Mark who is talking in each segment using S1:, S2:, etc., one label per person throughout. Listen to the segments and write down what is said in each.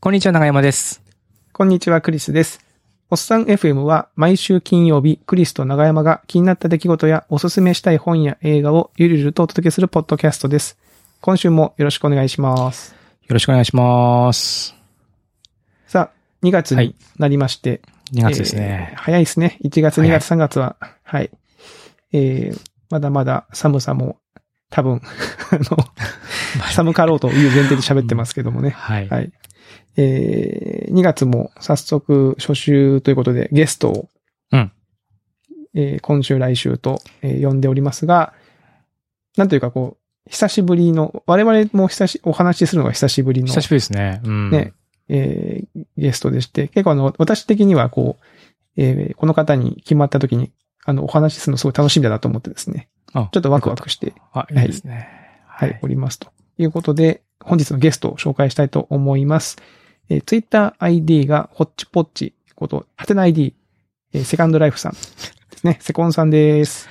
S1: こんにちは、長山です。
S2: こんにちは、クリスです。おっさん FM は毎週金曜日、クリスと長山が気になった出来事やおすすめしたい本や映画をゆるゆるとお届けするポッドキャストです。今週もよろしくお願いします。
S1: よろしくお願いします。
S2: さあ、2月
S1: はい
S2: になりまして。
S1: 2月ですね
S2: えー。早いですね。1月、
S1: 早
S2: 2
S1: い
S2: 月、3月は。はい。えー、まだまだ寒さも多分、 あ の、寒かろうという前提で喋ってますけどもね。
S1: はい。
S2: はい。えー、2月も早速初週ということでゲストを、
S1: うん
S2: えー今週来週と、えー呼んでおりますが、なんというかこう、久しぶりの、我々も久し、お話しするのが久しぶりの
S1: 久、しぶりですね。うん。
S2: ねえーゲストでして、結構あの、私的にはこう、えーこの方に決まった時に、あの、お話しするのすごい楽しみだなと思ってですね、
S1: あ
S2: ちょっとワクワクして、
S1: あ、いいですね。は
S2: はい
S1: い、。
S2: おります。ということで、本日のゲストを紹介したいと思います。えー、Twitter ID がホッチポッチこと、ハテナ ID、えーセカンドライフさんですね。セコンさんです。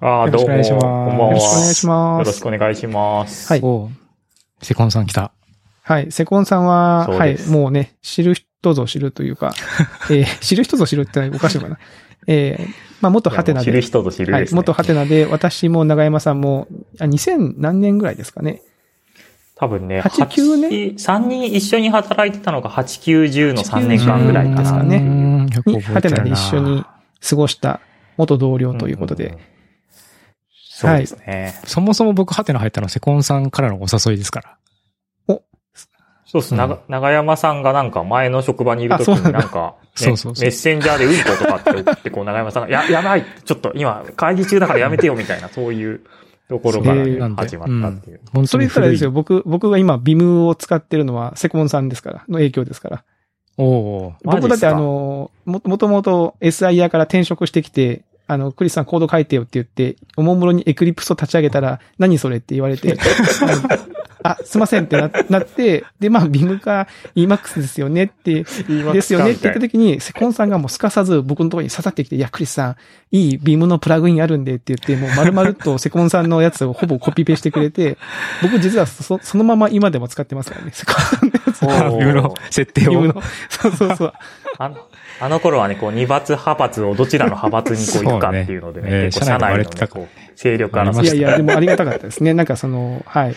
S3: あ
S1: よ
S3: あ、
S1: ろ
S3: ど
S1: し
S3: う
S1: くお
S3: も。
S1: 願いします
S3: こんばん
S2: よ
S3: は。
S2: ろしくお願いしま
S3: よ
S2: す。
S3: ろ
S2: はい
S3: しくお願いします。
S1: おうセコンさん来た。
S2: はい。セコンさんは、
S3: そう
S2: はい
S3: で。す
S2: もうね、知る人ぞ知るという か、えー知る人ぞ知るってのはおかしいのかな。えーまあ、元ハテナ
S3: 知る
S2: で、
S3: 人ぞ知る
S2: は
S3: で
S2: い。
S3: す、ね
S2: 元ハテナで、私も長山さんも、あ、2000何年ぐらいですかね。
S3: 多分ね、
S2: 8 9ね
S3: 8 3人一緒に働いてたのが8、9、10の3年間ぐらいかな。
S2: ですかね
S1: うーん。よく
S2: に、
S1: 覚
S2: ハ
S1: えて
S2: テ
S1: る
S2: ナ
S1: な
S2: で一緒に。過ごした元同僚ということ
S3: ん
S2: で
S3: ん。ん。そうですね。
S1: そもそも僕、ハテナ入ったのはセコンさんからのお誘いですから。
S3: そうです、
S1: うん
S3: 長長山さんがなんか前の職場にいるとき
S2: あそうなん
S3: に
S2: だ
S3: なんか、ね
S1: そうそうそう
S3: メッセンジャーでうんことかって送って、こう長山さんが、や、やばいちょっと今会議中だからやめてよみたいな、そういうところから
S2: そう
S1: なん
S3: ね
S1: で
S3: 始まったっていう。
S1: 本当
S2: それ
S1: に
S2: 言った
S1: 古い
S2: らあれですよ、僕、僕が今、ビムを使ってるのは、セコンさんですから、の影響ですから。
S1: おう
S3: マ
S2: 僕
S3: ジっすか
S2: だって、あの、も、もともと SIR から転職してきて、あの、クリスさんコード書いてよって言って、おもむろにエクリプスを立ち上げたら、何それって言われ て、あ、すいませんってななって、で、まあ、ビムか EMAX ですよねって、ですよねって言った時に、セコンさんがもうすかさず僕のところに刺さってきて、いや、クリスさん、いいビームのプラグインあるんでって言って、もう丸々とセコンさんのやつをほぼコピペしてくれ て、僕実はそそのまま今でも使ってますから ね、セコンさんのやつ。
S3: お
S1: ビ
S3: ー
S1: ムの設定
S2: ビーム
S1: を
S2: の。そうそうそう。
S3: あの、あの頃はね、こう、二閥派閥をどちらの派閥にこう行くかっていうのでね、
S1: そうね
S3: 結構社内の、
S1: えー社内で割れてた
S3: ね、こう、勢力
S2: い
S3: 争い
S2: やいや、でもありがたかったですね。なんかその、はい。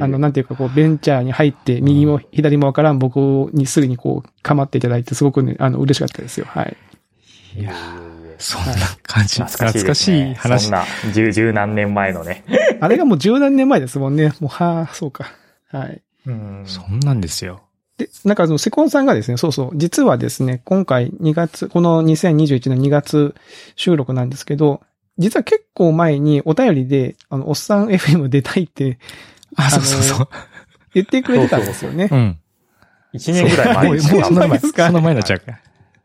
S2: あの、なんていうか、こう、ベンチャーに入って、右も左もわからん僕にすぐにこう、かまっていただいて、すごくね、あの、嬉しかったですよ。はい。
S1: いやそんな感じ。
S3: 懐かしい、
S1: 懐かしい
S3: そ
S1: 話
S3: ん。な、十、十何年前のね。
S2: あれがもう十何年前ですもんね。もう、はあ、そうか。はい。
S3: うん
S1: そんなんですよ。
S2: で、なんかそのセコンさんがですね、そうそう、実はですね、今回2月、この2021年2月収録なんですけど、実は結構前にお便りで、あの、おっさん FM 出たいって
S1: あ、そうそうそう。
S2: 言ってくれてたんですよね。
S1: うん。
S3: 一年ぐらい前
S1: もう、もう
S3: にした
S1: そんな前、
S2: ですか
S1: そんな前になっちゃうから。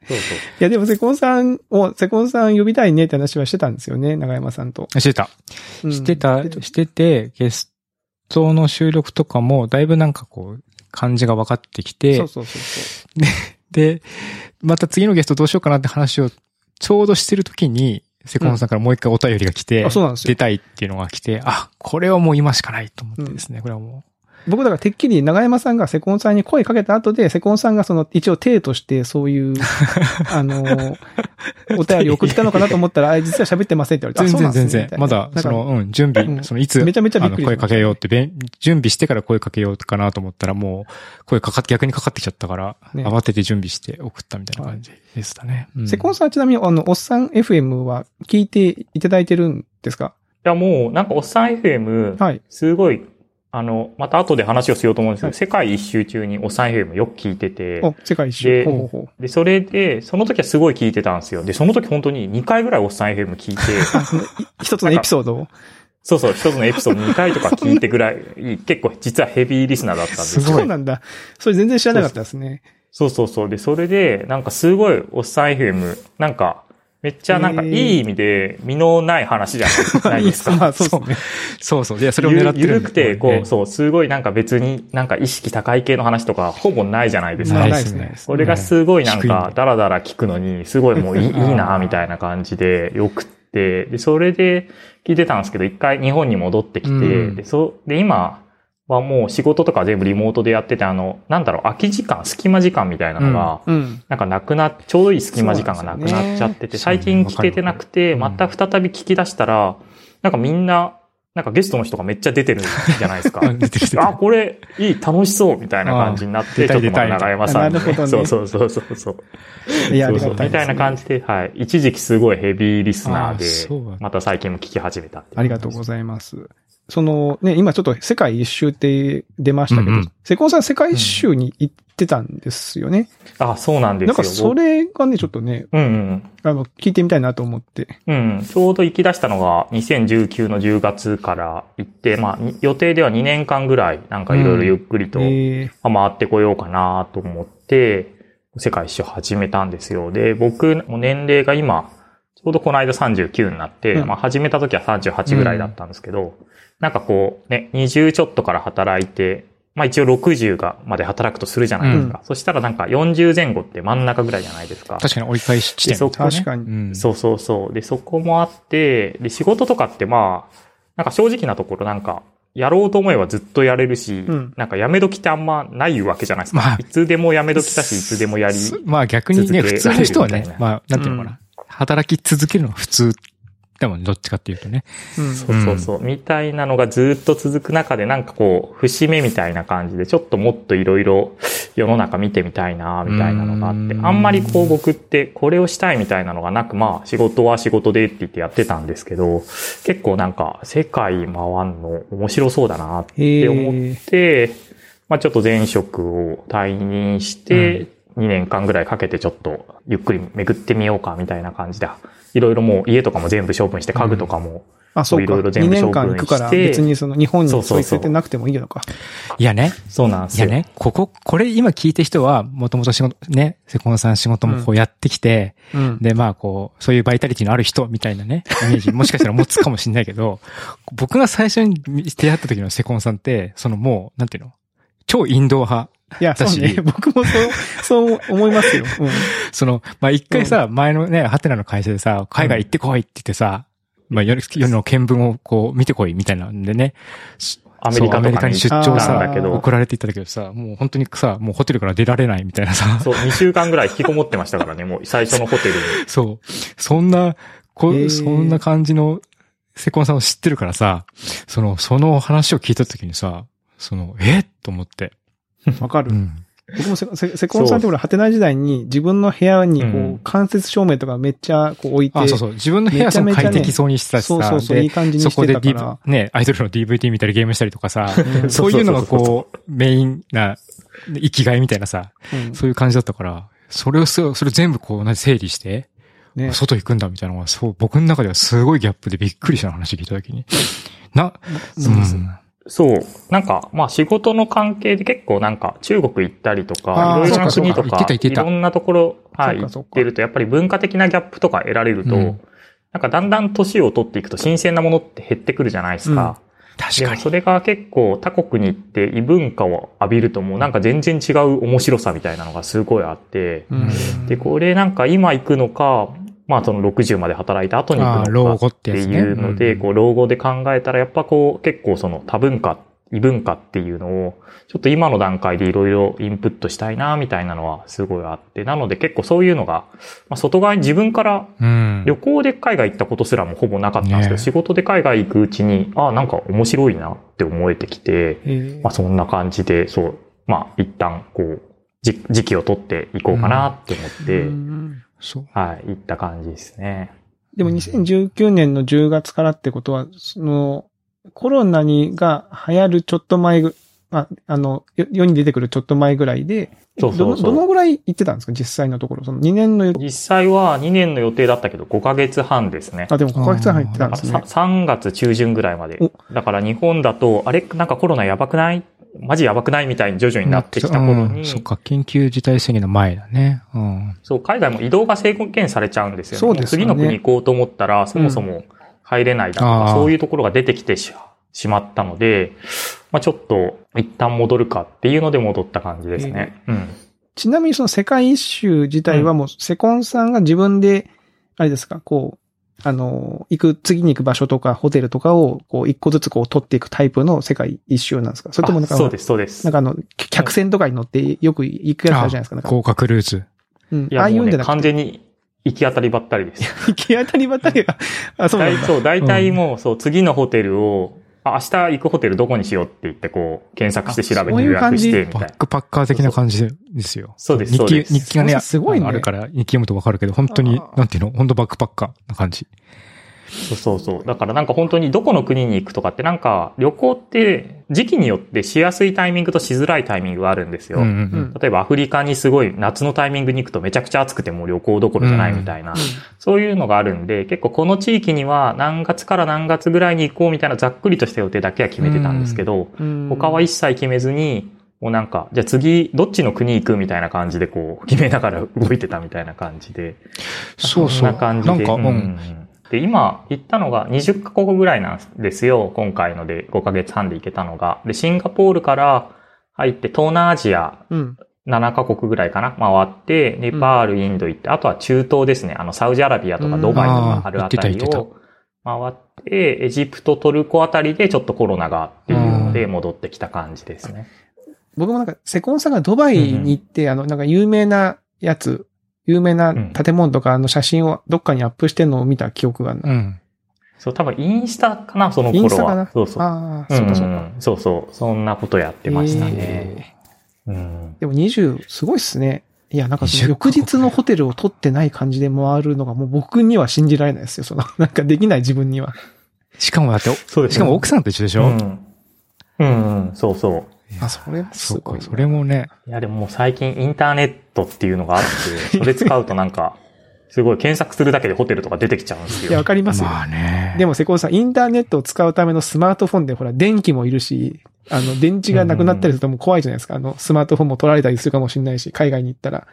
S3: そうそう。
S2: いや、でもセコンさんを、セコンさん呼びたいねって話はしてたんですよね、長山さんと。
S1: してた。
S2: うん
S1: してた、
S2: でちょっと
S1: してて、ゲストの収録とかも、だいぶなんかこう、感じが分かってきて
S2: そう、そうそうそ
S1: で、また次のゲストどうしようかなって話を、ちょうどしてる時に、セコンさんからもう一回お便りが来て、
S2: うんあそうなんですよ
S1: 出たいっていうのが来て、あ、これはもう今しかないと思ってですね、これはも
S2: う。僕だからてっきり長山さんがセコンさんに声かけた後で、セコンさんがその、一応体としてそういう、 あの、お便り送ったのかなと思ったら、あ実は喋ってませんって言われ
S1: う、
S2: て
S1: 全
S2: あそうな
S1: 然
S2: んです
S1: 全然
S2: ねみた、いな
S1: まだ
S2: な、ん
S1: そ
S2: か
S1: の、うん、準
S2: う
S1: 備、
S2: ん
S1: その、いつ、
S2: めちゃめちゃびっくり
S1: あの声かけようって、べん準備してから声かけようかなと思ったら、もう、声かかって、逆にかかってきちゃったから、
S2: ね
S1: 慌てて準備して送ったみたいな感じでしたね。うん
S2: セコンさんはちなみに、あの、おっさん FM は聞いていただいてるんですか
S3: いや、もう、なんか、おっさん FM、
S2: はい。
S3: すごい、あの、また後で話をしようと思うんですけど、
S2: はい
S3: 世界一周中におっさん FM よく聞いてて、
S2: お、世界一周。
S3: で
S2: ほうほうほう
S3: で、それで、その時はすごい聞いてたんですよ。で、その時本当に2回ぐらいおっさん FM 聞いて、
S2: 一つのエピソードを。
S3: そうそう、一つのエピソード2回とか聞いてぐらい、 結構実はヘビーリスナーだったんです
S1: すごい
S2: そうなんだ。それ全然知らなかったですね。
S3: そうそうそう。で、それで、なんかすごいおっさん FM、なんか、めっちゃなんか
S2: へ
S3: い
S2: ー
S3: い意味で、身のない話じゃないで すか。
S2: まあ、そうですね。
S1: そうそう。で、それを
S3: ゆ
S1: 狙
S3: る
S1: ってるんで
S3: ゆるくて、
S1: え
S3: こ
S1: え
S3: う、そう、すごいなんか別になんか意識高い系の話とかほぼないじゃないです
S2: まあ
S3: か。
S2: ないですね
S3: それがすごいなん
S1: 低いんだ
S3: か、だらだら聞くのに、すごいも ういいいいな、みたいな感じで、よくって、で、それで聞いてたんですけど、一回日本に戻ってきて、
S1: うん
S3: で、そう、で、今、はもう仕事とか全部リモートでやってて、あの、なんだろう、空き時間、隙間時間みたいなのが、
S2: うん。
S3: なんかなくな、ちょうどいい隙間時間がなくなっちゃってて、
S1: そうなん
S3: 最
S1: ですよね
S3: 近聞けてなくて、
S1: うん
S3: また再び聞き出したら、なんかみんな、なんかゲストの人がめっちゃ出てるじゃな いですか。
S1: 出てきてる
S3: あ、これ、いい、楽しそう、みたいな感じになっ
S1: あー出
S3: て、ち
S1: た
S3: ょ
S1: い
S3: っとまあ
S1: 出たい
S3: 長山さんに、
S2: なるほどね
S3: そうそうそうそうそう。
S2: いや、あ
S3: そ
S2: り
S3: う
S2: が
S3: そう
S2: たい。
S3: みたいな感じで、はい。一時期すごいヘビーリスナ
S1: あーそう
S3: ー
S1: だ
S3: で、また最近も聞き始めたってい
S2: ありがとう
S3: う
S2: ございます。そのね、今ちょっと世界一周って出ましたけど、
S1: うんうん
S2: セコンさん世界一周に行ってたんですよね。
S3: 感じ。あ、そうなんです
S2: な
S3: よ。
S2: んかそれがね、ちょっとね、
S3: うんうん。
S2: あの、聞いてみたいなと思って。
S3: うん、ちょうど行き出したのが2019の10月から行って、まあに予定では2年間ぐらいなんかいろいろゆっくりとま
S2: えー
S3: あ回ってこようかなと思って、世界一周始めたんですよ。で、僕も年齢が今、ちょうどこの間39になって、
S2: うん
S3: まあ始めた時は38ぐらいだったんですけど、なんかこうね、20ちょっとから働いて、まあ一応60がまで働くとするじゃないですか。そしたらなんか40前後って真ん中ぐらいじゃないですか。
S1: 確かに折り返し地点
S3: でそこね
S2: 確かに。
S1: うん。
S3: そうそうそう。で、そこもあって、で、仕事とかってまあ、なんか正直なところなんか、やろうと思えばずっとやれるし、
S2: うん
S3: なんかやめ時ってあんまないわけじゃないですか。
S1: まあ
S3: いつでもやめ時だし、いつでもやり。
S1: すまあ逆にね、
S3: 続
S1: 普
S3: け
S1: 通の人は
S3: みたい
S1: ね
S3: な、
S1: まあ、なんていうのかな。働き続けるのが普通だもんね、どっちかっていうとね。
S2: うん
S3: そうそうそう。みたいなのがずっと続く中で、なんかこう、節目みたいな感じで、ちょっともっといろいろ世の中見てみたいな、みたいなのがあって
S1: う、ん
S3: あんまりこう僕ってこれをしたいみたいなのがなく、まあ仕事は仕事でって言ってやってたんですけど、結構なんか世界回んの面白そうだなっ
S2: へ
S3: て
S2: え
S3: 思って、まあちょっと前職を退任して、2年間ぐらいかけてちょっとゆっくり巡ってみようかみたいな感じで、いろいろもう家とかも全部処分して家具とかも
S2: あ、そう
S3: い
S2: か。
S3: ろいろ全
S2: 2
S3: 部
S2: 年間行くから、
S3: 処分して
S2: 別にその日本に
S3: そう
S2: そ
S3: そううそう
S2: いう設定なくてもいいのか。
S1: いやね、
S3: そうなんで
S1: い
S3: す
S1: や
S3: よ。
S1: ね、ここ、これ今聞いてる人は、もともと仕事、ね、セコンさん仕事もこうやってきて、
S2: うん。
S1: で、まあ、こう、そういうバイタリティのある人みたいなね、イメージ、もしかしたら持つかもしれないけど、 僕が最初に出会った時のセコンさんって、そのもう、なんていうの超インドア派。
S2: いや、そうね。
S1: 私
S2: 僕もそう、そう思いますよ。うん
S1: その、まあ、一回さ、前のね、ハテナの会社でさ、海外行ってこいって言ってさ、まあ、世の世の見聞をこう見てこいみたいなんでね、
S3: アメリカ
S1: そうアメ
S3: と
S1: リ
S3: か
S1: カに
S3: に
S1: 出
S2: 行
S1: 張
S2: ったん
S1: さ
S2: だけ、ど
S1: 送られていったけどさ、もう本当にさ、もうホテルから出られないみたいなさ、
S3: そう、2週間ぐらい引きこもってましたからね、もう最初のホテルに。
S1: そう。そんな、こ
S2: へー
S1: そんな感じの、セコンさんを知ってるからさ、その、その話を聞いたときにさ、その、えと思って。
S2: わかる
S1: う。ん。
S2: 僕もセセセコンさんって俺、ハテナ時代に自分の部屋にこ
S3: う、
S2: うん間接照明とかめっちゃこう置いて、
S1: あ、そうそう。自分の部屋はその快適そうにしてたし
S2: そう
S1: さ、
S2: そうそう、いい
S1: で、
S2: 感じに
S1: そ
S2: し
S1: こ
S2: て
S1: で
S2: た
S1: D
S2: か、
S1: ね、アイドルの DVD 見たりゲームしたりとか さ、
S2: ら。うん
S1: そういうのが
S3: そうそうそう
S1: こう、メインな、生きがいみたいなさ、
S2: うん
S1: そういう感じだったから、それをそう、それ全部こう、なんか整理して、
S2: ね
S1: 外行くんだみたいなのが、そう、僕の中ではすごいギャップでびっくりした話聞いたときに。な、
S2: そうです
S1: ん
S3: そう。なんか、まあ仕事の関係で結構なんか中国行ったりと
S2: あー
S3: か、いろいろな
S1: そう
S3: 国
S1: かそ
S3: と
S1: うか行って
S3: か
S1: た、行って
S3: い
S1: た
S3: ろんなところ、はい、
S2: そうかそ
S3: 行
S2: う
S3: っ
S2: か
S3: てると、やっぱり文化的なギャップとか得られると、
S1: うん
S3: なんかだんだん年を取っていくと新鮮なものって減ってくるじゃないですか。
S1: 確
S3: で
S1: か
S3: も
S1: に。
S3: それが結構他国に行って異文化を浴びるともうなんか全然違う面白さみたいなのがすごいあって、
S2: うん
S3: で、これなんか今行くのか、まあその60まで働いた後に行
S1: ああ、
S3: くのか
S1: 老後っ
S3: って
S1: てやつね。
S3: いうので、こう、老後で考えたら、やっぱこう、結構その多文化、異文化っていうのを、ちょっと今の段階でいろいろインプットしたいな、みたいなのはすごいあって、なので結構そういうのが、まあ、外側に自分から
S1: うん。
S3: 旅行で海外行ったことすらもほぼなかったんですけど、
S1: ねえ
S3: 仕事で海外行くうちに、ああ、なんか面白いなって思えてきて、
S2: えー
S3: まあそんな感じで、そう、まあ一旦こう、じ時期を取っていこうかなって思って、
S2: うん
S1: そう。
S3: はい、行った感じですね。
S2: でも2019年の10月からってことは、その、コロナにが流行るちょっと前ぐ、ああの、よ世に出てくるちょっと前ぐらいで、
S3: そうそうそう
S2: どのどのぐらい行ってたんですか実際のところ。その2年の、
S3: 実際は2年の予定だったけど、5ヶ月半ですね。
S2: あ、でも5ヶ月半行ってたんです
S3: さ
S2: ね。
S3: 3月中旬ぐらいまで
S2: お。
S3: だから日本だと、あれなんかコロナやばくないマジやばくないみたいに徐々になってきた頃
S1: う
S3: に、
S1: んそ
S3: そ
S1: っか、緊急事態宣言の前だね。うん。
S3: う、海外も移動が制限されちゃうんですよね。
S2: そうですよね
S3: も次の国行こうと思ったら、そもそも入れないだと
S1: あ
S3: か、
S1: ー
S3: そういうところが出てきてししまったので、まあちょっと一旦戻るかっていうので戻った感じですね。うん。
S2: ちなみにその世界一周自体はもう、セコンさんが自分で、あれですか、こう、あの、行く、次に行く場所とかホテルとかを、こう、一個ずつこう、取っていくタイプの世界一周なんですかそれともなんか、
S3: あそうです、そうです。
S2: なんかあの、客船とかに乗ってよく行くやつあるじゃないですか。なんか
S1: 広角ルーズ。
S2: うんあ
S3: いや、
S2: あい
S3: も
S2: う
S3: うん
S2: じ
S3: ね、
S2: ゃなく
S3: 完
S2: て、
S3: 全に行き当たりばったりです。
S2: 行き当たりばったりが、あ、そうなん
S3: 大
S2: だ。
S3: そう、大体もう、そう、次のホテルを、あ、明日行くホテルどこにしようって言って、こう、検索して調べ
S2: あそう
S3: て
S2: いう
S3: 予約し
S2: 感
S3: て、み
S1: バ
S3: たい
S1: ッ
S3: な。
S1: クパッカー的な感じですよ。
S3: そうです、
S1: 日
S3: そう
S1: 記、
S3: です。
S1: 日記がね、
S2: すごい
S1: あ
S2: ね
S1: のあるから、日記読むとわかるけど、本当に
S2: あ、ー
S1: なんていうの本当バックパッカーな感じ。
S3: そうそうそう。だからなんか本当にどこの国に行くとかって、なんか旅行って時期によってしやすいタイミングとしづらいタイミングがあるんですよ。
S1: うんう
S2: うんん
S3: 例えばアフリカにすごい夏のタイミングに行くとめちゃくちゃ暑くてもう旅行どころじゃないみたいな、そういうのがあるんで、結構この地域には何月から何月ぐらいに行こうみたいなざっくりとした予定だけは決めてたんですけど、
S2: うん
S3: 他は一切決めずに、もうなんか、じゃあ次、どっちの国行くみたいな感じでこう、決めながら動いてたみたいな感じで。
S1: そうそ
S3: ん
S1: う。
S3: な感じで。
S1: なんか、う。
S3: うんんで、今、行ったのが20カ国ぐらいなんですよ。今回ので5ヶ月半で行けたのが。で、シンガポールから入って、東南アジア
S2: うん。
S3: 7カ国ぐらいかな回って、ネパール、インド行って、あとは中東ですね。あの、サウジアラビアとかドバイとかあるあたり
S1: うんあー言ってた言っ
S3: を回って、エジプト、トルコあたりでちょっとコロナがあっていうので戻ってきた感じですね。
S2: 僕もなんか、セコンさんがドバイに行って、あの、なんか有名なやつ、有名な建物とかの写真をどっかにアップしてんのを見た記憶があるな
S1: うん。
S3: そう、多分インスタかな、その
S2: インスタ
S3: 頃
S2: かな
S3: は。そうそう。
S2: ああ、そうかそう
S3: うん
S2: か。
S3: うんそうそう。そんなことやってましたね。
S2: え
S3: うん
S2: ー。でも20、すごいっすね。いや、なんかそ
S1: 20
S2: の翌日のホテルを取ってない感じで回るのがもう僕には信じられないですよ。その、 なんかできない自分には。
S1: しかもだって、
S3: そうです
S1: しかも奥さんと一緒でし
S3: う
S1: ょ
S3: ん。うん、うん、そうそ
S1: いや
S2: あ、それもす
S1: そう
S2: ごい
S1: か、
S2: な。
S1: それもね。
S3: う。いや、でももう最近インターネットっていうのがあって、それ使うとなんか、すごい検索するだけでホテルとか出てきちゃうんです
S2: いや、
S3: よ
S2: わ。かりますよ。
S1: まあね。
S2: でも、セコンさん、インターネットを使うためのスマートフォンで、ほら、電気もいるし、あの、電池がなくなったりするともう怖いじゃないですか。あの、スマートフォンも取られたりするかもしれないし、海外に行ったら。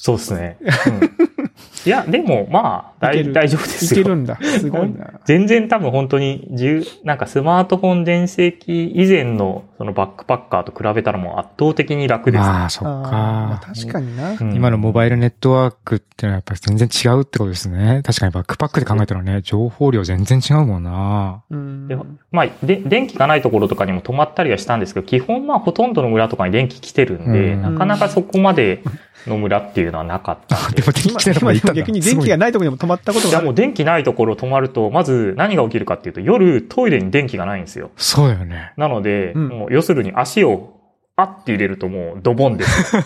S3: そうですね。うん、いや、でもまあ、
S2: いけ
S3: 大
S2: る
S3: 大丈夫で
S2: い
S3: す
S2: け
S3: よ
S2: る。んだ。すごいな。
S3: 全然多分本当に自由、なんかスマートフォン全盛期以前のそのバックパッカーと比べたらもう圧倒的に楽です、
S1: まあ、そっ
S2: あーまあ
S1: か。
S2: 確かにな。
S3: うん
S1: 今のモバイルネットワークってのはやっぱり全然違うってことですね。確かにバックパックで考えたらね、情報量全然違うもんな。
S2: うん
S3: でまあ、で、電気がないところとかにも泊まったりはしたんですけど、基本まあほとんどの村とかに電気来てるんで、
S1: うん
S3: なかなかそこまでの村っていうのはな かったんで
S1: で。も電気来てるまで行った
S2: 今、今
S1: んだ。
S2: 逆に電気がないところでも止まったこと
S3: い
S2: が
S3: や
S2: あ
S3: も
S2: る
S3: う。電気ないところ泊まると、まず何が起きるかっていうと、夜トイレに電気がないんですよ。
S1: すごいそうだよね。
S3: なので、
S2: うん
S3: もう要するに足をあって入れるともうドボ ンです。い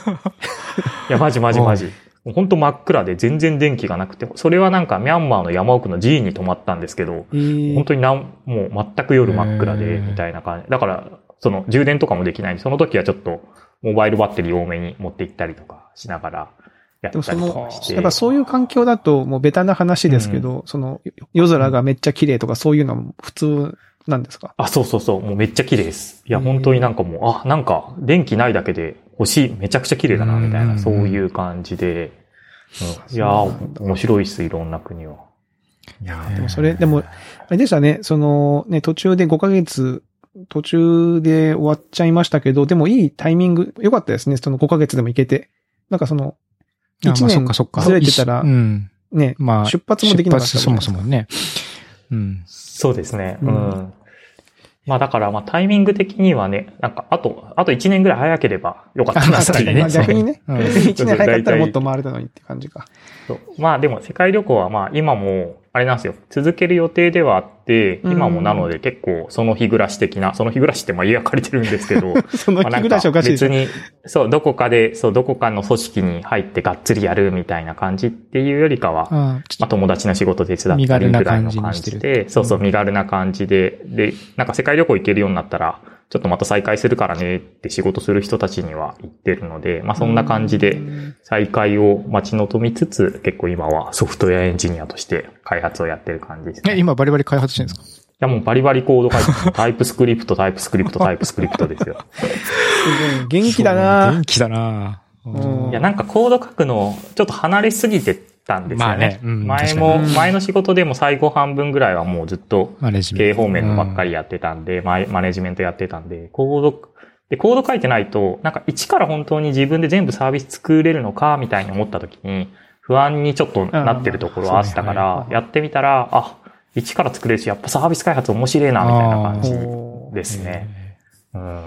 S3: や、マジマジマジ。もう本当真っ暗で全然電気がなくて、それはなんかミャンマーの山奥の寺院に泊まったんですけど、
S2: えー
S3: 本当になん、もう全く夜真っ暗で、みたいな感じ。だから、その充電とかもできないんで、その時はちょっと、モバイルバッテリー多めに持って行ったりとかしながら、やっ
S2: でもそ
S3: たりと
S2: の
S3: かし、て。
S2: やっぱそういう環境だと、もうベタな話ですけど、その、夜空がめっちゃ綺麗とかそういうのは普通なんですか
S3: あ、そうそうそう、もうめっちゃ綺麗です。いや、
S2: うん
S3: 本当になんかもう、あ、なんか、電気ないだけで、星めちゃくちゃ綺麗だな、みたい
S1: うん
S3: な、そういう感じで。うんいや
S2: そうなん
S3: ー、
S2: だ
S3: 面白いっす、いろんな国は。
S1: いや
S2: でもそれ、でも、あれでしたね、その、ね、途中で5ヶ月、途中で終わっちゃいましたけど、でもいいタイミング、良かったですね、その5ヶ月でも行けて。なんかその、1年ずれてたら
S1: う、ん。
S2: ね、
S1: まあ、
S2: 出発もできなかった
S1: 出発そもそもね。うん。
S3: そうですね。
S2: う
S3: うんん。まあだから、まあタイミング的にはね、なんか、あと、あと1年ぐらい早ければよかったな、
S1: あ確かにね
S2: まあ
S3: みたいな
S2: 逆にね、
S1: うん
S2: 1年早かったらもっと回れたのにって感じか。
S3: そうまあでも世界旅行はまあ今もあれなんですよ続ける予定ではあって
S2: うん
S3: 今もなので結構その日暮らし的なその日暮らしってまあ家は借りてるんですけど
S2: その
S3: ま
S2: 日
S3: あなん
S2: 暮らし
S3: か
S2: おかしいでしょ
S3: 別にそうどこかでそうどこかの組織に入ってがっつりやるみたいな感じっていうよりかは
S1: あ
S3: まあ、友達の仕事手伝ったりぐらいの
S1: 身軽な感
S3: 感
S1: じにして
S3: じ
S1: る
S3: で、そうそう、身軽な感じで、で、なんか世界旅行行けるようになったら、ちょっとまた再開するからねって仕事する人たちには言ってるので、まあそんな感じで
S2: うん
S3: 再開を待ち望みつつ、結構今はソフトウェアエンジニアとして開発をやってる感じです
S1: え、
S3: ね。い
S1: 今バリバリ開発してるんですか
S3: やもうバリバリコード書いてる、タイプスクリプト、タイプスクリプト、タイプスクリプトですよ。
S2: すごい元気だな
S1: 元気だな
S2: うん
S3: いや、なんかコード書くの、ちょっと離れすぎてたんですよね。
S1: まあねうん
S3: 前
S1: 確
S3: も、
S2: かに
S3: 前の仕事でも最後半分ぐらいはもうずっと
S1: マネジ
S3: 経
S1: メ
S3: 営
S1: ント。
S3: 方面のばっかりやってたんで、マイマネジメントやってたんで、コード、で、コード書いてないと、なんか一から本当に自分で全部サービス作れるのか、みたいに思った時に、不安にちょっとなってるところはあったか
S1: うん
S2: うんうん
S3: ら
S2: そ、うね
S3: やってみたら、あ、一から作れるし、やっぱサービス開発面白いな、みたいな感じ
S2: おー
S3: ですね。うん。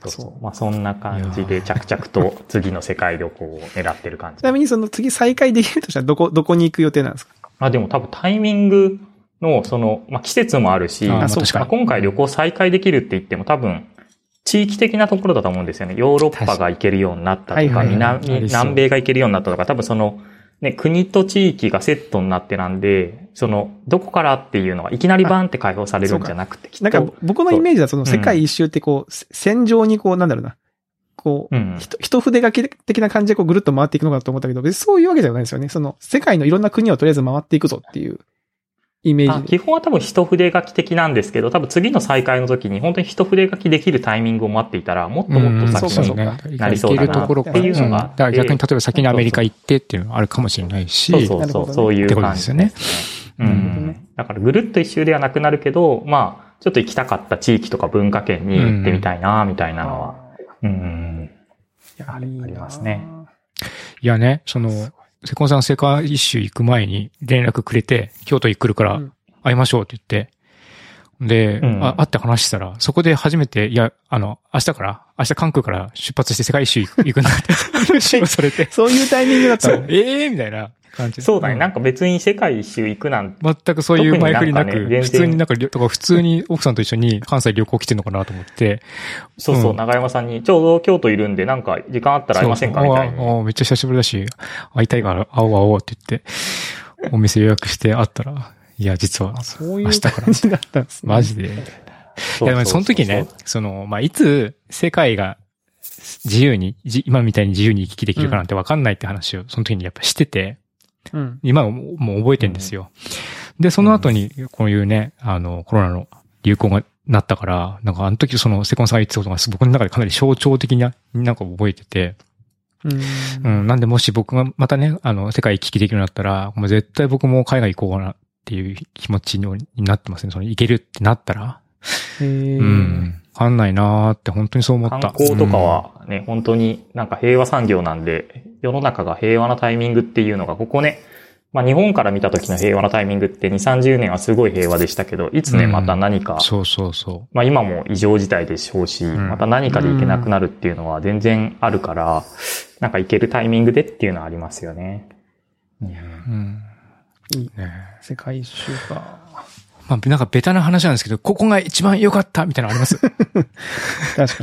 S2: ぱそう
S3: そうまあそんな感じ
S1: い
S3: で
S1: やー
S3: 着々と次の世界旅行を狙ってる感じ
S2: ち。なみにその次再開できるとしたらどこ、どこに行く予定なんですか
S3: まあでも多分タイミングの、その、まあ季節もあるし、
S1: あーまあ
S2: そう
S1: 確か
S3: まあ
S1: に。
S3: 今回旅行再開できるって言っても多分、地域的なところだと思うんですよね。ヨーロッパが行けるようになった
S2: はい
S3: と
S2: は
S3: か、
S2: いはい
S3: 南
S1: ありそう
S3: 南米が行けるようになったとか、多分その、ね、国と地域がセットになってなんで、その、どこからっていうのがいきなりバンって解放されるんじゃなくて、きっと
S2: なんか僕のイメージだとその世界一周ってこう、せ戦場にこう、なんだろうな。こう、
S3: うん。
S2: ひと一筆書き的な感じでこうぐるっと回っていくのかと思ったけど、別にそういうわけじゃないですよね。その世界のいろんな国をとりあえず回っていくぞっていうイメ
S3: あ
S2: ージで。
S3: 基本は多分一筆書き的なんですけど、多分次の再開の時に本当に一筆書きできるタイミングを待っていたら、もっともっと
S2: うん
S3: 先
S2: そうか
S3: に
S1: ね
S2: そう。
S3: なりそ
S1: 行
S3: う
S1: け
S3: だ
S1: る
S3: な
S1: ところ
S2: っていうの
S3: が
S1: んだから逆に例えば先にアメリカ行ってっていうのもあるかもしれないし。
S3: そうそう
S2: なるほ
S3: そ
S2: ど
S3: う、
S2: ね
S3: そういう感じ
S1: ってこ
S3: ですね。う
S1: とですよねなる
S2: ほどね
S3: ん。だからぐるっと一周ではなくなるけど、まあ、ちょっと行きたかった地域とか文化圏に行ってみたいな、みたいなのは。うん。
S2: いやあり
S3: ありますね。
S1: いやね、その、セコンさん世界一周行く前に連絡くれて、京都行くるから
S2: うん
S1: 会いましょうって言って、で、
S3: うん
S1: あ、会って話したら、そこで初めて、いや、あの、明日から、明日関空から出発して世界一周行く行くんだ って話をされて、
S2: そういうタイミングだった
S1: そ
S2: の
S1: う、ええー、みたいな感じで
S3: そうだね。なんんか別に世界一周行くなんて、
S1: 全くそういう前振りなく、
S3: 特になんかね
S1: 普通になんか、りょとか普通 に奥さんと一緒に関西旅行来てんのかなと思って、
S3: そうそうう、
S1: ん
S3: 長山さんに、ちょうど京都いるんで、なんか時間あったら会いませんかみたい
S1: そう
S3: に。
S1: おーおーめっちゃ久しぶりだし、会いたいから会おう会おうって言って、お店予約して会ったら、いや、実は
S2: あ、そうい
S1: 明
S2: う
S1: 日から
S2: 感じだったんですね。
S1: マジで。い
S3: そう
S1: や、で
S3: う
S1: も
S3: う
S1: その時ね、その、まあ、いつ世界が自由に、じ今みたいに自由に行き来できるかなんてわかんないって話を、その時にやっぱしてて、
S2: うん。
S1: 今はもうもう覚えてんですよ。で、その後に、こういうね、あの、コロナの流行がなったから、なんかあの時そのセコンさんが言ってたことが僕の中でかなり象徴的な、なんか覚えてて、
S2: うん。
S1: うん、なんでもし僕がまたね、あの、世界行き来できるようになったら、もう絶対僕も海外行こうかなっていう気持ちにになってますね。その行けるってなったら。
S2: へー
S1: うん。わかんないなーって本当にそう思った。
S3: 観光とかはね、本当になんか平和産業なんで、世の中が平和なタイミングっていうのが、ここね、まあ日本から見た時の平和なタイミングって2、30年はすごい平和でしたけど、いつね、
S1: うん
S3: また何
S1: う
S3: か
S1: ん。、そうそうそ
S3: まあ今も異常事態でしょうし、
S1: ん
S3: また何かで行けなくなるっていうのは全然あるから、なんか行けるタイミングでっていうのはありますよね。
S1: う。うん。
S2: いい
S1: ね
S2: 世界一周か。
S1: まあ、なんかベタな話なんですけど、ここが一番良かったみたいなのあります
S2: 確か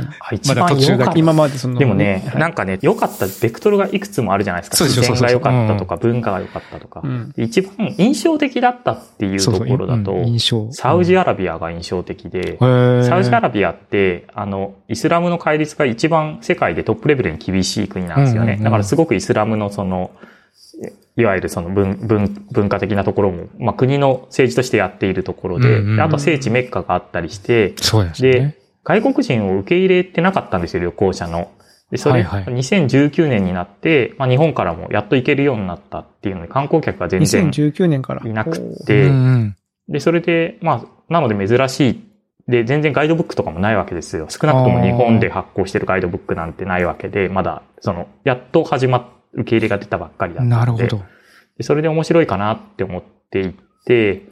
S2: に。
S3: あ一
S1: まだ
S3: 番
S1: 途中
S3: 良
S1: だ
S3: か
S1: け
S3: った
S2: 今までその。
S3: でもね、
S2: はい
S3: なんかね、良かった、ベクトルがいくつもあるじゃないですか。
S1: そうです
S3: 自
S1: よ
S3: 然
S1: そう
S3: が
S1: そう
S3: 良
S1: そう
S3: かったとか、文化が良かったとか
S2: う。ん。
S3: 一番印象的だったって いうと
S1: そう
S3: こ
S1: そう。
S3: ろだと、
S1: うん印象。
S3: サウジ
S1: ア
S3: アラビアが印象的で、サ
S1: サ
S3: ウジアラビアって、あの、イスラムの戒律が一番世界でトップレベルに厳しい国なんですよね。
S1: うんうんうん
S3: だからすごくイスラムのその、いわゆるその文文文化的なところも、まあ、国の政治としてやっているところで、
S1: うんうんうん
S3: であと聖地メッカがあったりして、
S1: そうですね
S3: で。、外国人を受け入れてなかったんですよ、旅行者の。で、それ、
S1: はいはい
S3: 2019年になって、まあ、日本からもやっと行けるようになったっていうので、観光客が全然
S2: 2019年から。
S3: いなく
S2: おー
S1: う
S3: て、
S1: んうん。
S3: で、それで、まあ、なので珍しい。で、全然ガイドブックとかもないわけですよ。少なくとも日本で発行してるガイドブックなんてないわけで、まだ、その、やっと始まっ、受け入れが出たばっかりだったんで。
S1: なるほど。
S3: でそれで面白いかなって思って行って、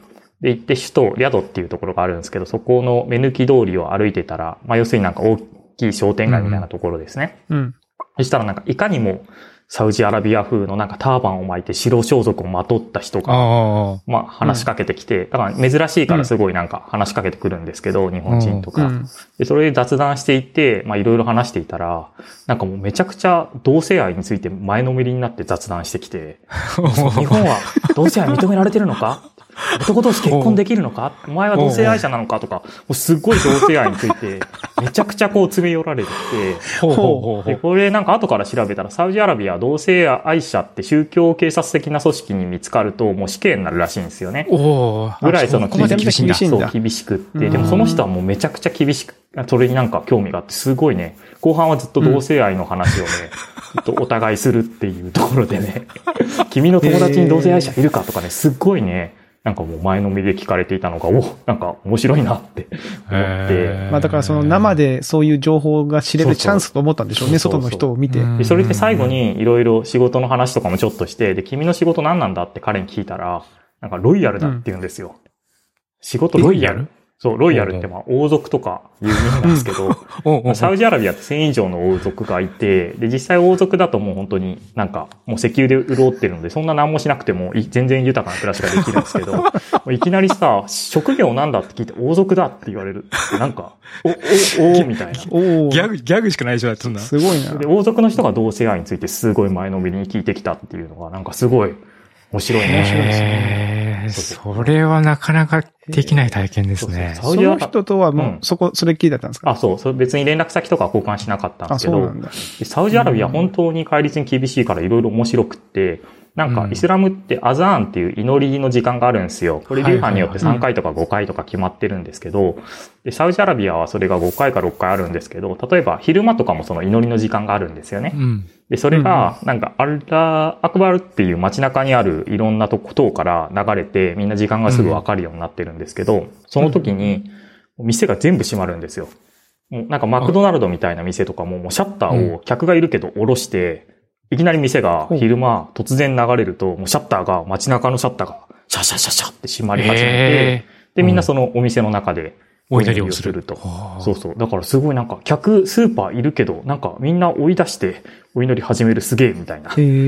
S3: で、行って首都、リャドっていうところがあるんですけど、そこの目抜き通りを歩いてたら、まあ、要するになんか大きい商店街みたいなところですね。
S2: うん。
S3: そしたらなんか、いかにも、サウジアラビア風のなんかターバンを巻いて白装束をまとった人が
S1: あ
S3: まあ話しかけてきて、だから珍しいからすごいなんか話しかけてくるんですけど、日本人と
S2: う
S3: か、
S2: ん。
S3: で。それで雑談していて、まあいろいろ話していたら、なんかもうめちゃくちゃ同性愛について前のめりになって雑談してきて、日
S1: あ。
S3: 本は同性愛認められてるのか男同士結婚できるのかお前は同性愛者なのかとか、もうすっごい同性愛について、めちゃくちゃこう詰め寄られてきて、
S1: ほうほうほうほ
S3: で、
S1: う。
S3: これなんか後から調べたら、サウジアラビアは同性愛者って宗教警察的な組織に見つかると、もう死刑になるらしいんですよね。
S1: おー
S3: ぐらいその
S1: あここまで厳しいんだ
S2: 厳しい。
S3: そう、厳しくっ
S2: う
S3: て。
S2: ん
S3: でもその人はもうめちゃくちゃ厳しく、それになんか興味があって、すごいね、後半はずっと同性愛の話をね、ずっとお 互いするっていうところでね、君の友達に同性愛者いるかとかね、すっごいね、なんかもう前のめりで聞かれていたのが、おなんか面白いなって思って、
S1: へー
S2: まあだからその生でそういう情報が知れるチャンスと思ったんでしょうね、
S3: そう
S2: 外
S3: そ
S2: の
S3: う
S2: 人を見て。
S1: うん
S3: で、それで最後にいろいろ仕事の話とかもちょっとして、で、君の仕事何なんだって彼に聞いたら、なんかロイヤルだって言うんですよ。仕事ロイヤルそう、ロイヤルってまあ王族とかいう意味なん ですけど、
S1: おうおうおう
S3: サウジアラビアって1000以上の王族がいて、で、実際王族だともう本当になんか、もう石油で潤ってるので、そんな何もしなくてもい全然豊かな暮らしができるんです けど、もういきなりさ、職業なんだって聞いて王族だって言われるってなんか、お、お、お、みたいな。
S2: おお
S1: ギャグ、ギャグしかないでしょ、だってそんな。
S2: すごいな
S3: で、。王族の人が同性愛についてすごい前のめりに聞いてきたっていうのが、なんかすごい面白いね。
S2: 面白いです
S1: へーそれはなかなかできない体験ですね。
S3: そうそう
S2: その人とはも
S3: うん
S2: う、そこ、それっきりだったんですか
S3: あ、そう、それ別に連絡先とかは交換しなかったんで
S2: あ、
S3: すけ
S2: そうな
S3: ど
S2: ん、だ。
S3: でサウジアラビア本当に戒律に厳しいからいろいろ面白くって、なん
S1: う
S3: か
S1: ん
S3: イスラムってアザーンっていう祈りの時間があるんですよ。これ流派によって
S1: はいはい
S2: はい
S3: 3回とか5回とか決まってるんですけど、でサウジアラビアはそれが5回か6回あるんですけど、例えば昼間とかもその祈りの時間があるんですよね。
S1: うん。
S3: で、それが、なんか、アルラーアクバルっていう街中にあるいろんなとこ、塔から流れて、みんな時間がすぐわかるようになってるんですけど、その時に、店が全部閉まるんですよ。もうなんか、マクドナルドみたいな店とかも、もうシャッターを客がいるけど下ろして、いきなり店が昼間突然流れると、もうシャッターが、街中のシャッターが、シャシャシャシャって閉まり始めて、
S1: え
S3: で、みんなそのお店の中で、
S1: お祈りをする
S3: お祈と。
S1: ー
S3: そうそう。だからすごいなんか、客、スーパーいるけど、なんかみんな追い出して、お祈り始めるすげえみたいな。
S2: へえ。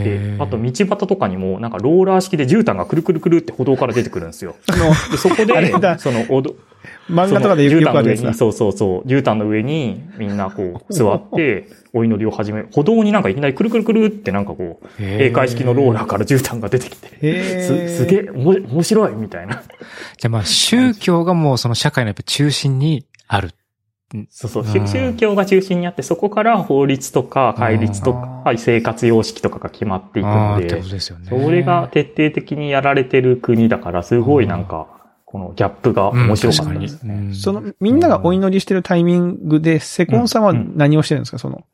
S1: へ
S3: で、
S1: ー
S3: あと道端とかにも、なんかローラー式で絨毯がくるくるくるって歩道から出てくるんで すよ。でそこ
S2: あれだ
S3: で、その、おど、
S2: 漫画とかでよくよくあるやつだ。
S3: その絨毯の上にそうそうそう、絨毯の上にみんなこう 座って、お祈りを始める。歩道になんかいきなりくるくるくるってなんかこう、閉会式のローラーから絨毯が出てきて、
S2: へえ。
S3: す、すげえ、おも面白いみたいな。
S1: じゃあまあ宗教がもうその社会のやっぱ中心にある。
S3: そうそう、
S1: うん
S3: 宗宗教が中心にあって、そこから法律とか戒律とか、はい生活様式とかが決まっていく
S1: ああー、
S3: の
S1: って
S3: で
S1: こと、ですよね。
S3: それが徹底的にやられてる国だから、すごいなんか、このギャップが面白かったですね。
S1: うん
S2: その、みんながお祈りしてるタイミングで、セコンさんは何をしてるんですかその、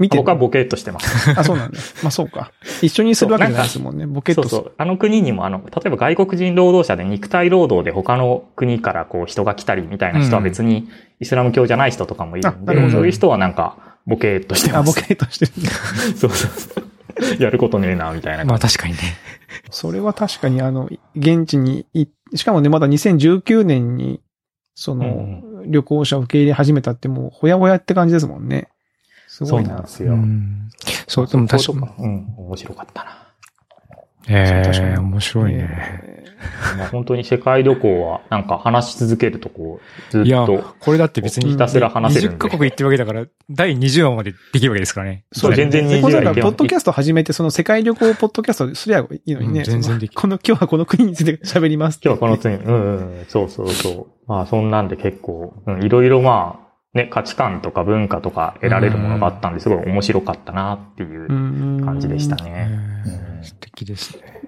S2: 見てる
S3: 僕はボケっとして ます。
S2: あ、そうなんだ。まあそうか。一緒にするわけじゃないですもんね。ボケっ
S3: そ
S2: と
S3: う
S2: す
S3: そ
S2: る。
S3: う。あの国にも、あの、例えば外国人労働者で肉体労働で他の国からこう人が来たりみたいな人は別にイスラム教じゃない人とかもいるん
S2: あ
S3: で、
S1: なるほど
S3: そういう人はなんか、ボケっとして
S2: あ、
S3: ま
S2: ボ
S3: す。
S2: ケっとしてる。
S3: そうそうそう。やることねえな、みたいな。
S1: まあ確かにね。
S2: それは確かにあの、現地にい、しかもね、まだ2019年に、その、旅行者を受け入れ始めたってもう、ほやほやって感じですもんね。す
S3: そ
S2: ごい
S3: うなん
S2: な
S3: で。すよ。
S1: うんそう、でも確かに。
S3: うん、面白かったな。
S1: え
S2: そう確か
S1: え、
S2: に
S1: 面白いね。
S2: えー
S3: まあ本当に世界旅行は、なんか話し続けるとこう、ずっ
S1: いや、
S3: と、
S1: これだって別に
S3: ひたすら話せるん
S1: 20
S3: で。
S1: カ国行ってるわけだから、第20話までできるわけですからね。
S3: そう全然
S2: セコンさんが
S3: 20代
S2: ポッドキャスト始めて、その世界旅行ポッドキャストすりゃいいのに
S1: うん
S2: ね。
S1: 全然
S2: その
S1: できる
S2: この、今日はこの国について喋りますって。
S3: 今日はこのつい、うん、うん、そうそうそう。まあ、そんなんで結構、うん、いろいろまあ、ね、価値観とか文化とか得られるものがあったんで、すごい面白かったなっていう
S2: 感
S3: 感じでした
S1: え
S3: ね。
S1: ー素敵ですね。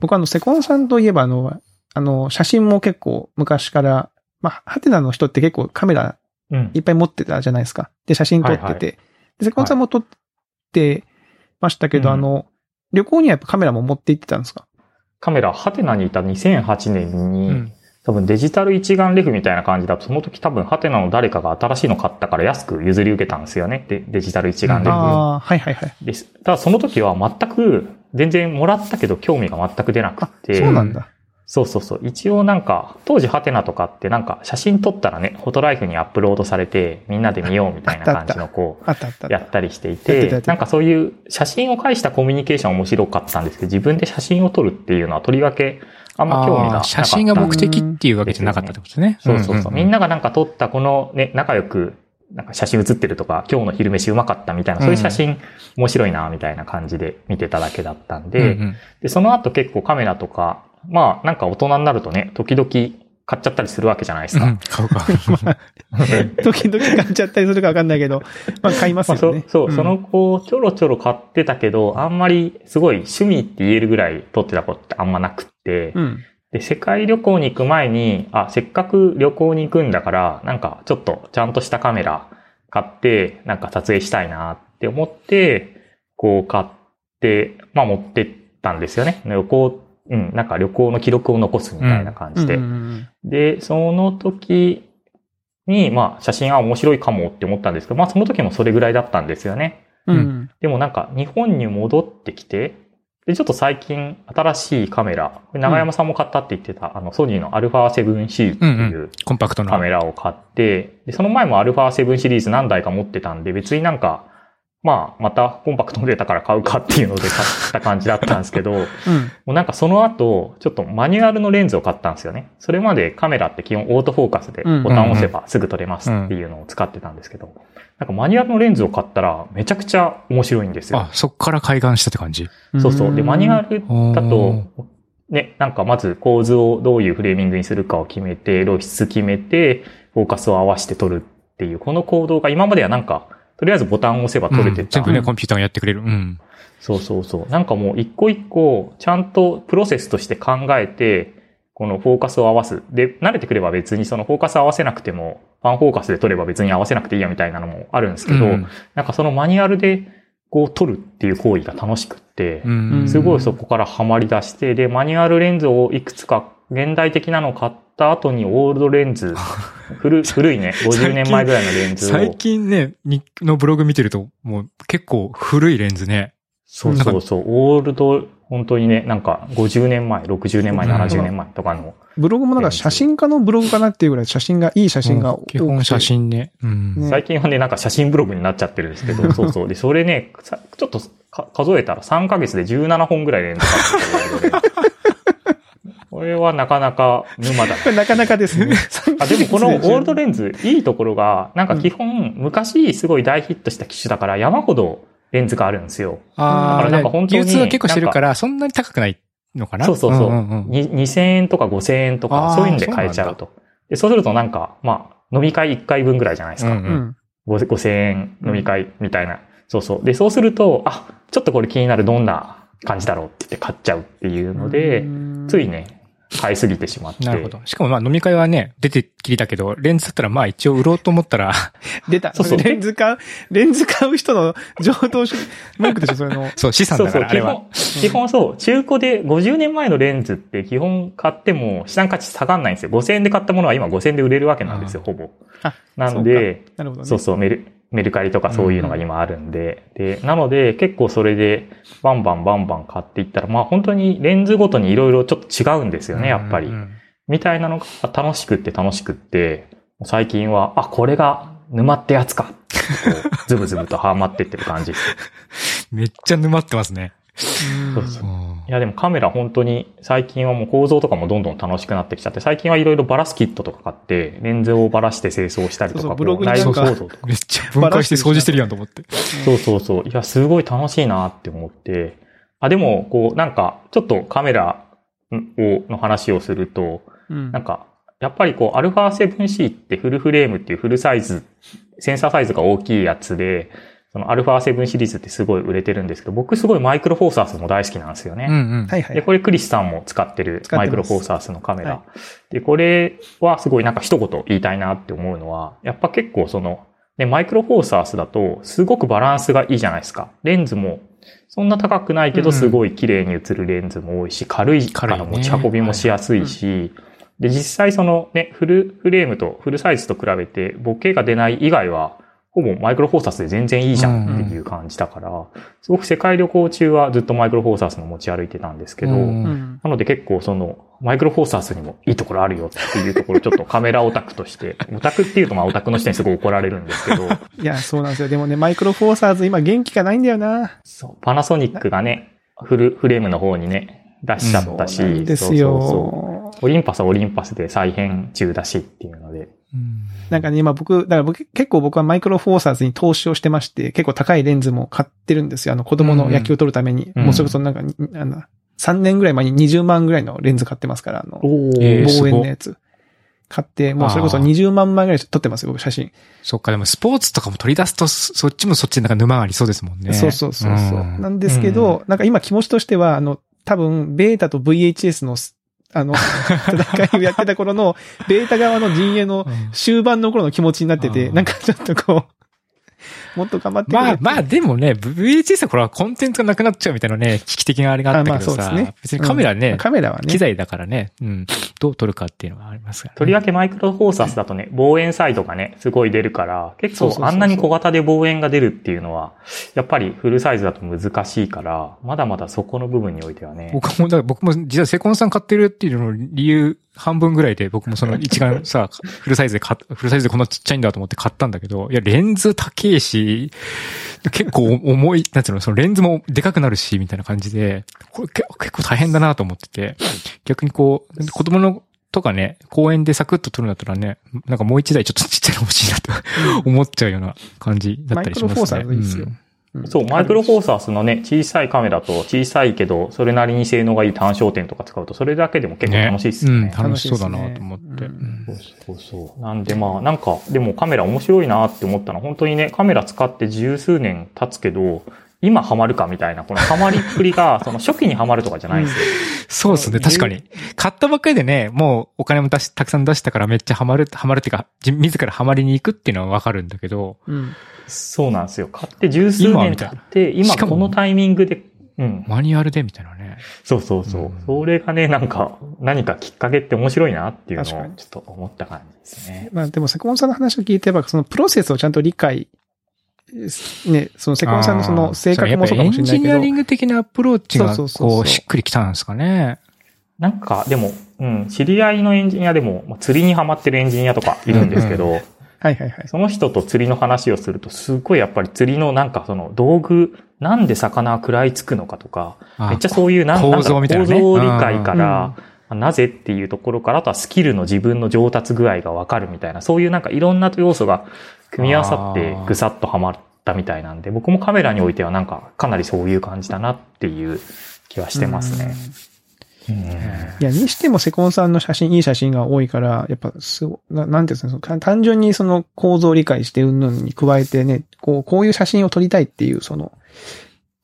S2: 僕あの、セコンさんといえばあの、あの、写真も結構昔から、まあ、ハテナの人って結構カメラ
S3: うん
S2: い。っぱい持ってたじゃないですか。で、写真撮ってて。
S3: はいはい
S2: で、セコンさんも撮ってましたけど、
S3: うん
S2: あの、旅行にはやっぱカメラも持って行ってたんですか
S3: カメラ、ハテナにいた2008年に、
S1: うん
S3: 多分デジタル一眼レフみたいな感じだと、その時多分ハテナの誰かが新しいの買ったから安く譲り受けたんですよね。でデジタル一眼レフ。
S2: ああ、はいはいはい。
S3: です。ただその時は全く、全然もらったけど興味が全く出なく
S2: あ、
S3: て。
S2: そうなんだ。
S3: そうそうそう。一応なんか、当時ハテナとかってなんか写真撮ったらね、フォトライフにアップロードされて、みんなで見ようみたいな感じのこ う、
S2: あったあったあった。
S3: やったりしてい
S2: やって
S3: て
S2: たやってた
S3: なんかそういう写真を介したコミュニケーション面白かったんですけど、自分で写真を撮るっていうのはとりわけあんま興味がな
S1: あ
S3: かった
S1: ー
S3: んで。
S1: 写真が目的っていうわけじゃなかったってことね。
S3: そうそうそう。みん
S1: な、
S3: ながなんか撮ったこのね、仲良く、なんか写真写ってるとか、今日の昼飯うまかったみたいな、そういう写真面白いな、みたいな感じで見てただけだったんで、
S1: うんうん
S3: で、その後結構カメラとか、まあなんか大人になるとね、時々買っちゃったりするわけじゃないです
S1: う
S3: か。
S1: ん買うか。
S2: 時々買っちゃったりするかわかんないけど、まあ買います
S3: まあ、そ
S2: よ
S3: う
S2: ね、。
S3: そう、
S2: ん
S3: その、子をちょろちょろ買ってたけど、あんまりすごい趣味って言えるぐらい撮ってたことってあんまなくって、
S2: うん。
S3: で、世界旅行に行く前に、あ、せっかく旅行に行くんだから、なんかちょっとちゃんとしたカメラ買って、なんか撮影したいなって思って、こう買って、まあ持ってったんですよね。旅行うん、なんか旅行の記録を残すみたいな感じで。
S2: うんうん
S3: で、その時に、まあ、写真は面白いかもって思ったんですけど、まあ、その時もそれぐらいだったんですよね。
S2: うんうん
S3: でもなんか、日本に戻ってきて、で、ちょっと最近、新しいカメラ、これ長山さんも買ったって言ってた、あの、ソニーの α7C って
S1: うん
S3: いう
S1: コンパクトな。
S3: カメラを買って、で、その前も α7 シリーズ何台か持ってたんで、別になんか、まあ、またコンパクトモデルだから買うかっていうので買った感じだったんですけど、もうなんかその後、ちょっとマニュアルのレンズを買ったんですよね。それまでカメラって基本オートフォーカスで
S2: うん
S3: ボタンを押せばすぐ撮れますっていうのを使ってたんですけど、なんかマニュアルのレンズを買ったらめちゃくちゃ面白いんですよ
S1: あ。、そっから開眼したって感じ。
S2: ん
S3: そうそう。で、マニュアルだ
S1: お
S3: と、ね、なんかまず構図をどういうフレーミングにするかを決めて、露出決めて、フォーカスを合わせて撮るっていう、この行動が今まではなんか、とりあえずボタンを押せば撮れて
S1: うん
S3: た。
S1: 全部ね、コンピューターがやってくれる。うん。
S3: そうそうそう。なんかもう一個一個、ちゃんとプロセスとして考えて、このフォーカスを合わす。で、慣れてくれば別にそのフォーカス合わせなくても、ファンフォーカスで撮れば別に合わせなくていいやみたいなのもあるんですけど、
S1: うん
S3: なんかそのマニュアルでこう撮るっていう行為が楽しくって、
S1: うん
S3: すごいそこからハマり出して、で、マニュアルレンズをいくつか、現代的なのを買った後にオールドレ ンズ、古古いね、50年前ぐらいのレンズを。
S1: 最近ね、日記のブログ見てると、もう結構古いレンズね。
S3: そうそうそう、オールド、本当にね、なんか50年前、60年前、
S1: うん
S3: 70年前とかの。
S2: ブログもなんか写真家のブログかなっていうぐらい写真が、いい写真が多く
S1: 基
S2: て
S1: 本写。真ね。うん。
S2: ね
S3: 最近はね、なんか写真ブログになっちゃってるんですけど、そうそう。で、それね、さちょっとか数えたら3ヶ月で17本ぐらいレンズ買ってたけど これはなかなか沼だな
S2: これなかなかですね。
S3: あでも このオールドレンズ、いいところが、なんか基本、昔すごい大ヒットした機種だから山ほどレンズがあるんですよ。
S1: あ
S3: だからなんか本当に
S1: 流通は結構してるから、そんなに高くないのかな
S3: そうそうそう。
S1: んんん
S3: に2000円とか5000円と
S1: あー、
S3: かそういうので買えちゃうと。でそうするとなんか、まあ、飲み会1回分ぐらいじゃないですか。
S1: うん
S2: うん。
S3: 5000 5000円飲み会みたいな。そうそう。で、そうすると、あ、ちょっとこれ気になるどんな感じだろうって言って買っちゃうっていうので、ついね、買いすぎてしまって。
S1: なるほど。しかもまあ飲み会はね、出てっきりだけど、レンズだったらまあ一応売ろうと思ったら、
S2: 出た。
S3: そうそう
S2: レンズ買う、レンズ買う人の上等手、文句 でしょ、それの。
S1: そう、資産
S3: そう
S1: だ
S3: そ
S1: か
S3: う、
S1: ら、あれ
S3: 基
S1: は。
S3: 本、基本そう、中古で50年前のレンズって基本買っても資産価値下がんないんですよ。5000円で買ったものは今5000円で売れるわけなんですよ、ほぼ。
S2: あ
S3: なんで、
S2: なるほどね。
S3: そうそう、メル、メルカリとかそういうのが今あるんで、で、なので結構それでバンバンバンバン買っていったら、まあ本当にレンズごとにいろいろちょっと違うんですよね、やっぱり。
S1: うんうん
S3: みたいなのが楽しくって楽しくって、最近は、あ、これが沼ってやつか。こ うズブズブとハマってってる感じです。
S1: めっちゃ沼ってますね。
S2: うん
S3: そうそ
S1: う
S3: う
S1: ん
S3: いやでもカメラ本当に最近はもう構造とかもどんどん楽しくなってきちゃって、最近はいろいろバラスキットとか買って、レンズをバラして清掃したりと
S2: そうそ
S3: か、
S2: うブログに
S3: 内
S2: なん
S3: 部
S2: か
S3: 構造とか。
S1: めっちゃ分解して掃除してるやんと思って。
S3: そうそうそう。いや、すごい楽しいなって思って。あ、でも、こう、なんか、ちょっとカメラを、の話をすると、
S2: うん
S3: なんか、やっぱりこう、α7C ってフルフレームっていうフルサイズ、センサーサイズが大きいやつで、その α7 シリーズってすごい売れてるんですけど、僕すごいマイクロフォーサースも大好きなんですよね。
S1: うんうん。
S2: はいは
S3: で、
S2: い。
S3: これクリスさんも使ってる
S2: 使ってます
S3: マイクロフォーサースのカメラ。
S2: は
S3: で、これはすごいなんか一言言いたいなって思うのは、やっぱ結構その、ね、マイクロフォーサースだとすごくバランスがいいじゃないですか。レンズもそんな高くないけ
S1: うん
S3: どすごい綺麗に映るレンズも多いし、軽いか
S1: 軽い
S3: ら
S1: ね
S3: 持ち運びもしやすいし、で、実際そのね、フルフレームとフルサイズと比べてボケが出ない以外は、ほぼマイクロフォーサースで全然いいじゃんっていう感じだから、すごく世界旅行中はずっとマイクロフォーサースの持ち歩いてたんですけど、
S1: うん
S2: うん
S3: なので結構その、マイクロフォーサースにもいいところあるよっていうところ、ちょっとカメラオタクとして、オタクっていうとまあオタクの人にすごい怒られるんですけど、
S2: いや、そうなんですよ。でもね、マイクロフォーサーズ今元気がないんだよな。
S3: そう、パナソニックがね、フルフレームの方にね、出しちゃったし、
S2: なんです
S3: そうそうそう
S2: よ。
S3: オリンパスはオリンパスで再編中だしっていうので、
S1: うん
S2: なんかね、今僕、だから僕、結構僕はマイクロフォーサーズに投資をしてまして、結構高いレンズも買ってるんですよ。あの、子供の野球を撮るために。
S3: うん
S2: もうそれこそなんかに、あの、3年ぐらい前に20万ぐらいのレンズ買ってますから、あの、
S1: えーす
S2: 望
S1: ご
S2: 遠のやつ。買って、もうそれこそ
S1: あー
S2: 20万枚ぐらい撮ってますよ、僕写真。
S1: そっか、でもスポーツとかも取り出すと、そそっちもそっちでなんか沼がありそうですもんね。
S2: そうそうそうそう、
S1: ん
S2: なんですけど、なんか今気持ちとしては、あの、多分、ベータと VHS のす、あ の、戦いをやってた頃の、ベータ側の陣営の
S1: うん
S2: 終盤の頃の気持ちになってて、
S1: うん
S2: なんかちょっとこう、もっと頑張ってくれ
S1: ま
S2: っ
S1: あ
S2: て。
S1: まあでもね、VHS はこれはコンテンツがなくなっちゃうみたいなね、危機的なあれがあったけど
S2: あまあ
S1: さ
S2: そうですね、
S1: 別にカメラ
S2: うん
S1: ね、
S2: カメラはね。
S1: 機材だからね、うん、どう撮るかっていうのはありますからね。
S3: とりわけマイクロフォーサスだとね、望遠サイドがね、すごい出るから、結
S2: そうそうそ
S3: 構
S2: うそう
S3: あんなに小型で望遠が出るっていうのは、やっぱりフルサイズだと難しいから、まだまだそこの部分においてはね。
S1: 僕も、だから僕も実はセコンさん買ってるっていうのの理由半分ぐらいで僕も その一眼さ、フルサイズで買っフルサイズでこんなちっちゃいんだと思って買ったんだけど、いや、レンズ高えし、結構重い、なんていうの、そのレンズもでかくなるし、みたいな感じで、これけ結構大変だなと思ってて、逆にこう、子供のとかね、公園でサクッと撮るんだったらね、なんかもう一台ちょっとちっちゃいの欲しいなと思っちゃうような感じだったりしますね。
S2: マイクロフォーサーがいいですよ
S1: うん
S2: ん
S3: そう、マイクロフォーサスのね、小さいカメラと小さいけど、それなりに性能がいい単焦点とか使うと、それだけでも結構楽しいっすよね。
S1: うん、楽しそうだなと思っ。
S2: 楽していですねうん
S1: うん
S3: そうそう。なんでまあ、なんか、でもカメラ面白いなって思ったのは、本当にね、カメラ使って十数年経つけど、今ハマるかみたいな、このハマりっぷりが、その初期にハマるとかじゃないんですよ。
S1: そうですね、確かに。買ったばっかりでね、もうお金も出し、たくさん出したからめっちゃハマる、ハマるっていうか、じ自らハマりに行くっていうのはわかるんだけど、
S2: うん。
S3: そうなんですよ。買って十数
S1: 今み
S3: 年
S1: たい
S3: 経
S1: な
S3: って、今
S1: しかも
S3: このタイミングで、うん。
S1: マニュアルでみたいなね。
S3: そうそうそう。
S1: うん
S3: それがね、なんか、何かきっかけって面白いなっていうのを、ち
S2: 確か
S3: ょ
S2: に
S3: っと思った感じですね。
S2: まあでも、セコンさんの話を聞いてれば、そのプロセスをちゃんと理解、ね、そのセコンさんのそ
S1: あー
S2: の性格もそうかもしれない
S1: やっぱりエンジ
S2: け
S1: ニ
S2: ど
S1: アリ、ング的なアプローチが、
S2: そうそうそう
S1: こ
S2: そう
S1: う、しっくりきたんですかね。
S3: なんか、でも、うん、知り合いのエンジニアでも、まあ釣りにハマってるエンジニアとかいるんですけど、
S2: はいはいはい。
S3: その人と釣りの話をすると、すごいやっぱり釣りのなんかその道具、なんで魚は食らいつくのかとか、
S1: あ
S3: めっちゃそういうなん
S1: 構
S3: なんだ
S1: 造
S3: ろう
S1: みたいなね
S3: 構造理解から
S2: う、
S3: なぜっていうところから、あとはスキルの自分の上達具合がわかるみたいな、そういうなんかいろんな要素が組み合わさっ
S1: あ
S3: て
S1: ー
S3: ぐさっとはまったみたいなんで、僕もカメラにおいてはなんかかなりそういう感じだなっていう気はしてますね。うん
S2: いや、にしてもセコンさんの写真、いい写真が多いから、やっぱ、すご、ななんていうんですかその単単純にその構造を理解してうんぬんに加えてね、こう、こういう写真を撮りたいっていう、その、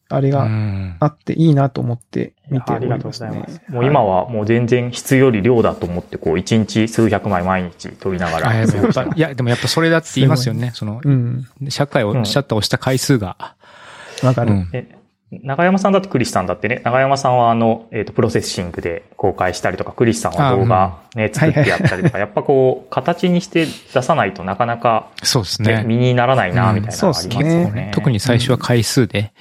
S2: あれ
S1: う
S2: が
S1: ん
S2: あっていいなと思って見て
S3: あ
S2: お
S3: り
S2: り
S3: が
S2: ま
S3: とうご
S2: す
S3: ざい
S2: ね
S3: ます。。もう今はもう全然質より量だと思って、こう一日数百枚毎日撮りなが
S1: あや
S3: ら
S1: っ。ぱやっぱいや、でもやっぱそれだって言いますよね。その
S2: い、うん。
S1: 社会
S3: う
S1: を、
S3: ん
S1: シャッターを押した回数が。
S2: わか
S1: う
S2: る。
S1: ん。
S3: え長山さんだってクリスさんだってね、長山さんはあの、えっ、と、プロセッシングで公開したりとか、クリスさんは動画ね、作ってやったりとか、やっぱこう、形にして出さないとなかなか、
S1: そうです
S3: ね、身
S1: ね。
S3: にならないな、みたいなのがありますよ
S2: うんそうっす
S3: ね。
S1: 特に最初は回数で、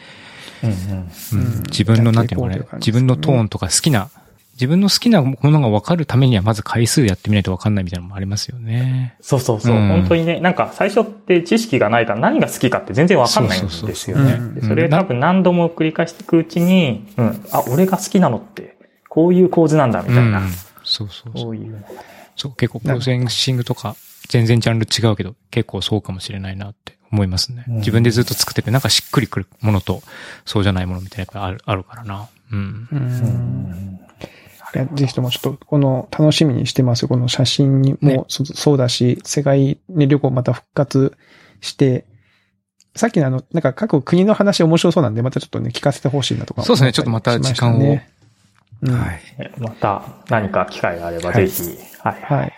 S3: うんうん。
S1: うん
S2: うん
S1: 自分の、なんていうのかね
S2: やっていこうという感
S1: 自
S2: じです
S1: 分
S2: ね
S1: のトーンとか好きな、自分の好きなものが分かるためには、まず回数やってみないと分かんないみたいなのもありますよね。
S3: そうそうそう、
S1: うん
S3: 本当にね、なんか最初って知識がないから何が好きかって全然わかんないん
S1: そうそうそう
S3: です
S1: そう
S3: よね
S2: うん。
S3: でそれを多分何度も繰り返していくうちに、うん、あ、俺が好きなのって、こういう構図なんだみたいな。
S1: うんそうそうそう
S3: こ。ういう。
S1: そう、結構プロセッシングとか、全然ジャンル違うけど、結構そうかもしれないなって思いますね。
S3: うん
S1: 自分でずっと作ってて、なんかしっくりくるものと、そうじゃないものみたいなやっぱある、あるからな。うん。
S2: うんいや、ぜひともちょっと、この、楽しみにしてますよ。この写真に
S1: ね
S2: もそ、そうだし、世界に旅行また復活して、さっきのあの、なんか各国の話面白そうなんで、またちょっとね、聞かせてほしいなとか、
S1: そうですねちょっとまた時間を
S2: うん、はい。
S1: い。
S3: また何か機会があればぜひ、はい。
S2: はい。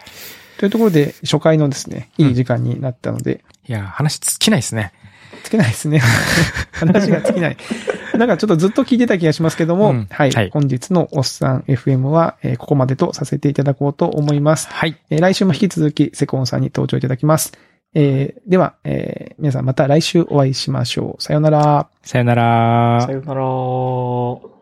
S2: というところで、初回のですね、いい時間になったので、
S1: いや、話尽きないですね。
S2: つけないですね。 話がつきない。なんかちょっとずっと聞いてた気がしますけども、
S1: うん
S2: はい、
S1: はい
S2: 本日のおっさん FM は、えーここまでとさせていただこうと思います。
S1: はい。
S2: えー来週も引き続き、セコンさんに登場いただきます。えーでは、えー皆さんまた来週お会いしましょう。さようなら。
S1: さよなら
S3: さ。ようなら。